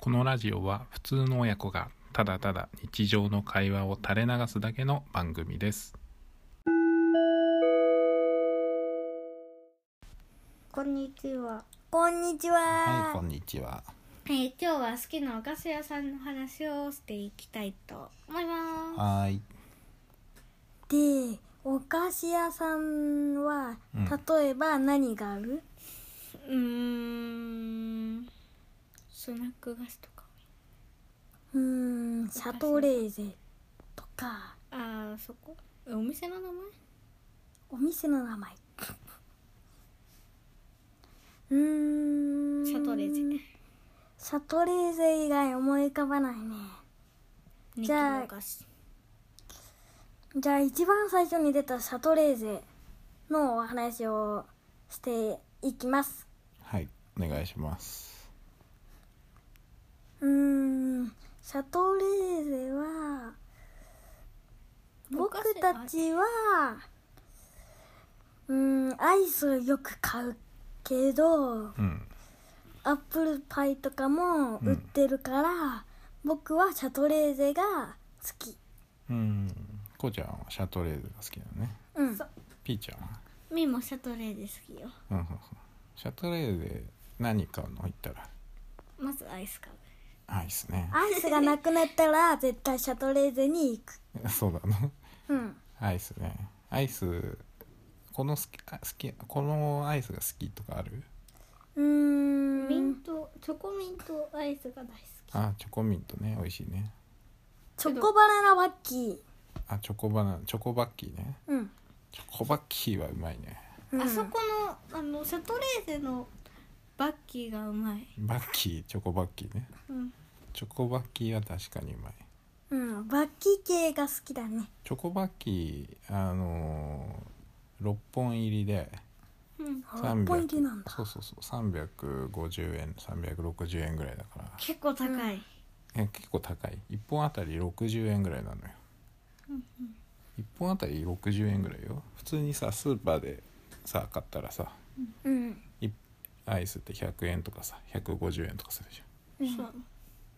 このラジオは普通の親子がただただ日常の会話を垂れ流すだけの番組ですこんにちは。こんにちは。はい、こんにちは。えー、今日は好きなお菓子屋さんの話をしていきたいと思いまはーい。で、お菓子屋さんは、うん例えば何があるす。うーん。スナック菓子とか。うーん、シャトレーゼとか、ああ、そこ。えお店の名前。お店の名前。うーん。シャトレーゼ。シャトレーゼ以外思い浮かばないね。じゃあ。お菓子。じゃあ一番最初に出たシャトレーゼのお話をしていきます。はい、お願いします。うーん、シャトレーゼは、僕たちは、うーん、アイスをよく買うけど、うん。アップルパイとかも売ってるから、僕はシャトレーゼが好き。うん。こうちゃんはシャトレーゼが好きだね。うんそう。ピーちゃんは。みーもシャトレーゼ好きよ。うんうんうん。シャトレーゼ何買うの言ったら。まずアイス買う。アイスね。アイスがなくなったら絶対シャトレーゼに行く。そうだね。うん。アイスね。アイス。この好き、あ好き、このアイスが好きとかある。うーん。ト、チョコミントアイスが大好き。あ、チョコミントね、美味しいね。チョコバナナバッキー。あ、チョコバナ、チョコバッキーね。うん。チョコバッキーはうまいね。うんあそこの、あの、シャトレーゼの。バッキーがうまい。バッキー、チョコバッキーね。うん。チョコバッキーは確かにうまい。うん、バッキー系が好きだね。チョコバッキーあのー、6本入りでうん。六本入りなんだ。そうそうそう350円360円ぐらいだから結構高い。え結構高い1本あたり60円ぐらいなのよ1本あたり60円ぐらいよ普通にさスーパーでさ買ったらさうん。いアイスって100円とかさ150円とかするじゃんそう。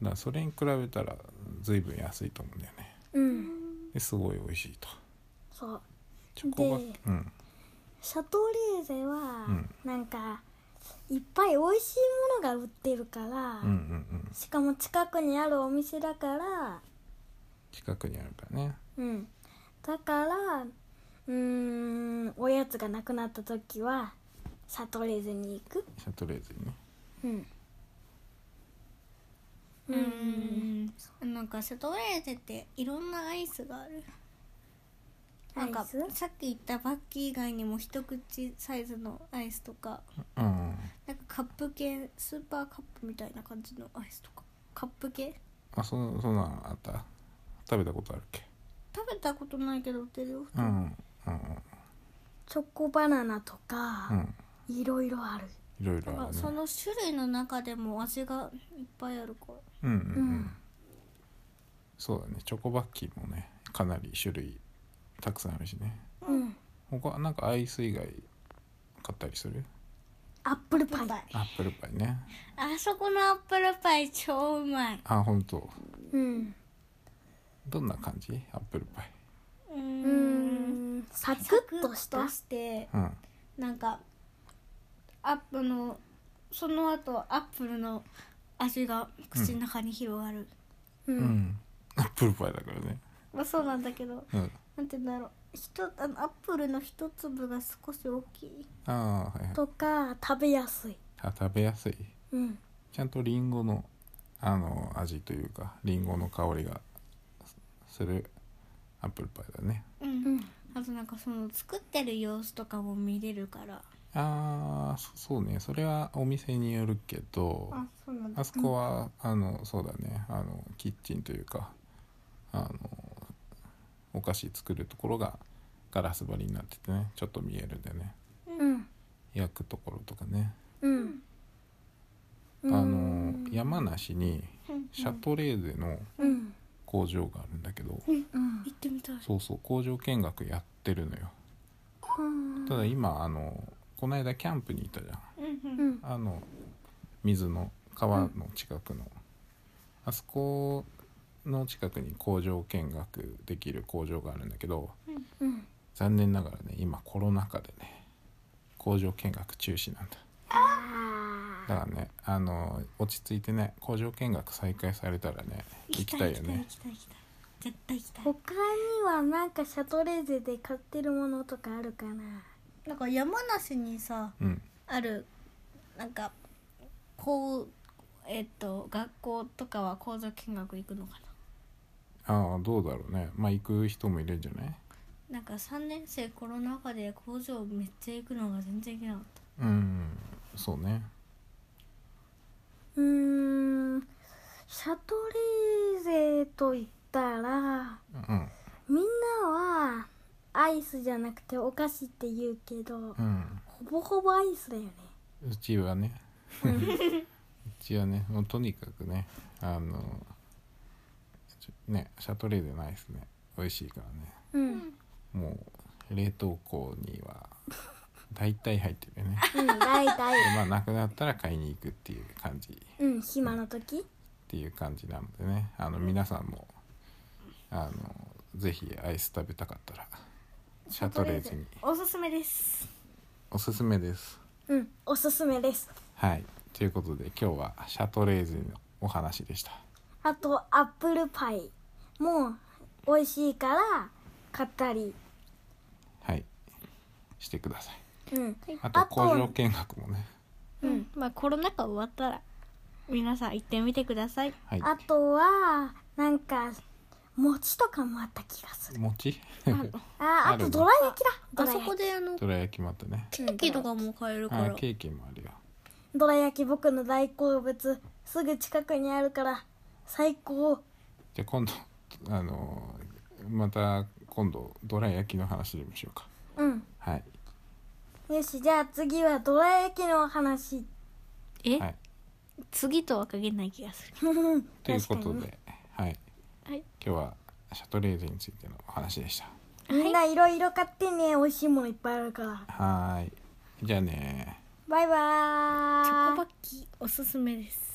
だからそれに比べたら随分安いと思うんだよねうん。ですごい美味しいとそう。チョコバッでキーうんシャトレーゼはうん、なんか、いっぱい美味しいものが売ってるから、うんうんうんしかも近くにあるお店だから、近くにあるからねうん。だから、うーん、おやつがなくなった時は、シャトレーゼに行く。シャトレーゼにねうん。うーんなんかシャトレーゼっていろんなアイスがあるなんアかイスさっき言ったバッキー以外にも一口サイズのアイスとかうんうんなんかカップ系スーパーカップみたいな感じのアイスとかカップ系あそんそんなんあった食べたことあるっけ食べたことないけど売ってるようんうんうんチョコバナナとか、うんいろいろある。いろいなんろあかるそねの種類の中でも味がいっぱいあるからうんうんううんんそうだねチョコバッキーもねかなり種類たくさんあるしねうん。他なんかアイス以外買ったりするアップルパイ。パイアップルパイねあそこのアップルパイ超うまいあ本当うん。どんな感じアップルパイうーうーん。サクッとしサクたッと。してうんなんかアップのその後アップルの味が口の中に広がる、ううん、。アップルパイだからねまあそうなんだけどうんなんて言うんだろうひとあのアップルの一粒が少し大きいああはいはいとか、食べやすい。あ食べやすいうん。ちゃんとリンゴのあの味というかリンゴの香りがするアップルパイだねうん、うん。あとなんかその作ってる様子とかも見れるからあーそそうねそれはお店によるけどあそうなんだあそこはあのそうだねあのキッチンというかあのお菓子作るところがガラス張りになっててねちょっと見えるんでねうん。焼くところとかねうん。あの山梨にうんシャトレーゼのうん。工場があるんだけどうん。行ってみたいそうそう工場見学やってるのよただ今あのこの間キャンプにいたじゃんうんうんうん。あの水の川の近くのあそこの近くに工場見学できる工場があるんだけどうん残念ながらね今コロナ禍でね工場見学中止なんだあだからねあの落ち着いてね工場見学再開されたらね行きたいよね行きたい行きたい絶対行きたい他にはなんかシャトレーゼで買ってるものとかあるかななんか山梨にさうんあるなんかこうえっと学校とかは講座見学行くのかああどうだろうねまあ行く人もいるんじゃないななんか3年生コロナ禍で工場めっちゃ行くのが全然行けなかっうんそうねうーんシャトレーゼと言っうたらんみんなはアイスじゃなくてお菓子って言うけどうんほぼほぼアイスだよねうちは ねうちはねもうとにかくねあのちょねシャトレーゼないですね美味しいからねうん、もう冷凍庫には大体入ってるよねうん、大体でまあなくなったら買いに行くっていう感じっうん暇の時ていう感じなのでねあの皆さんもあのぜひアイス食べたかったらシャトレーゼにたおすすめですおすすめですうんおすすめですはいということで今日はシャトレーゼのお話でしたあとアップルパイも美味しいから買ったりはいしてくださいうんあと工場見学もねうんまあコロナ禍終わったら皆さん行ってみてくださいはいあとはなんか餅とかもあった気がする餅あああるのとどら焼きだどあらそ焼こきであ のどら焼きもあったねケーキとかも買えるかあらケーキもあるよどら焼き僕の大好物すぐ近くにあるから最高じゃあ今度 あのまた今度どら焼きの話でもしようかうんはいよしじゃあ次はどら焼きのお話え、はい次とは限らない気がするということ確かにで、はいはい今日はシャトレーゼについてのお話でしたみんないろいろ買ってね美味しいものいっぱいあるからはーいじゃあねバイバーイチョコバッキーおすすめです